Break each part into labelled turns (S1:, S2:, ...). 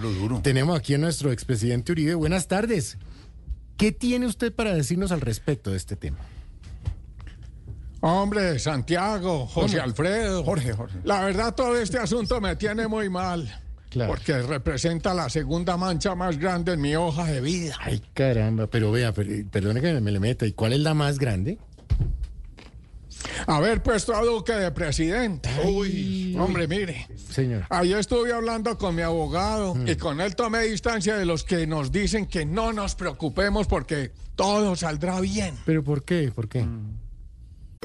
S1: duro.
S2: Tenemos aquí a nuestro expresidente Uribe. Buenas tardes. ¿Qué tiene usted para decirnos al respecto de este tema?
S3: Hombre, Santiago, José Alfredo.
S1: Jorge, Jorge.
S3: La verdad, todo este asunto me tiene muy mal.
S2: Claro.
S3: Porque representa la segunda mancha más grande en mi hoja de vida.
S2: Ay, caramba, pero vea, per- perdone que me le meta. ¿Y cuál es la más grande?
S3: Haber puesto a Duque de presidente.
S2: Uy.
S3: Hombre, mire.
S2: Señor.
S3: Ayer estuve hablando con mi abogado y con él tomé distancia de los que nos dicen que no nos preocupemos porque todo saldrá bien.
S2: ¿Pero por qué? ¿Por qué?
S3: Mm.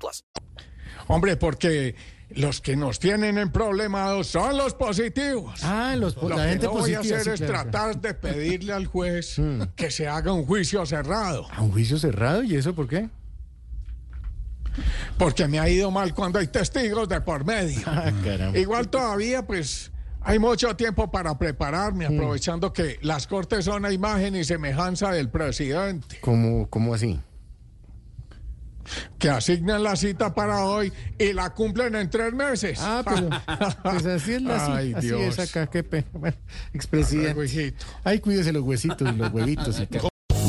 S4: plus.
S3: Hombre, porque los que nos tienen en problemados son los positivos.
S2: Ah, los, po-
S3: Lo
S2: la
S3: que
S2: gente
S3: no
S2: positiva.
S3: voy a hacer
S2: sí,
S3: es
S2: claro, claro. Mm.
S3: tratar de pedirle al juez que se haga un juicio cerrado,
S2: ¿A un juicio cerrado? ¿Y eso por qué?
S3: porque me ha ido mal cuando hay testigos de por medio.
S2: Ah, caramba.
S3: Igual todavía, pues, hay mucho tiempo para prepararme,
S2: Mm.
S3: aprovechando que las cortes son a imagen y semejanza del presidente,
S2: ¿Cómo, cómo así?
S3: que asignan la cita para hoy y la cumplen en tres meses.
S2: Ah, pero pues así es la
S3: Ay,
S2: así, así
S3: Dios.
S2: es acá, qué pena. Bueno,
S3: Luego,
S2: expresidente.
S3: hijito.
S2: Ay, cuídese los huesitos, los huevitos. y todo.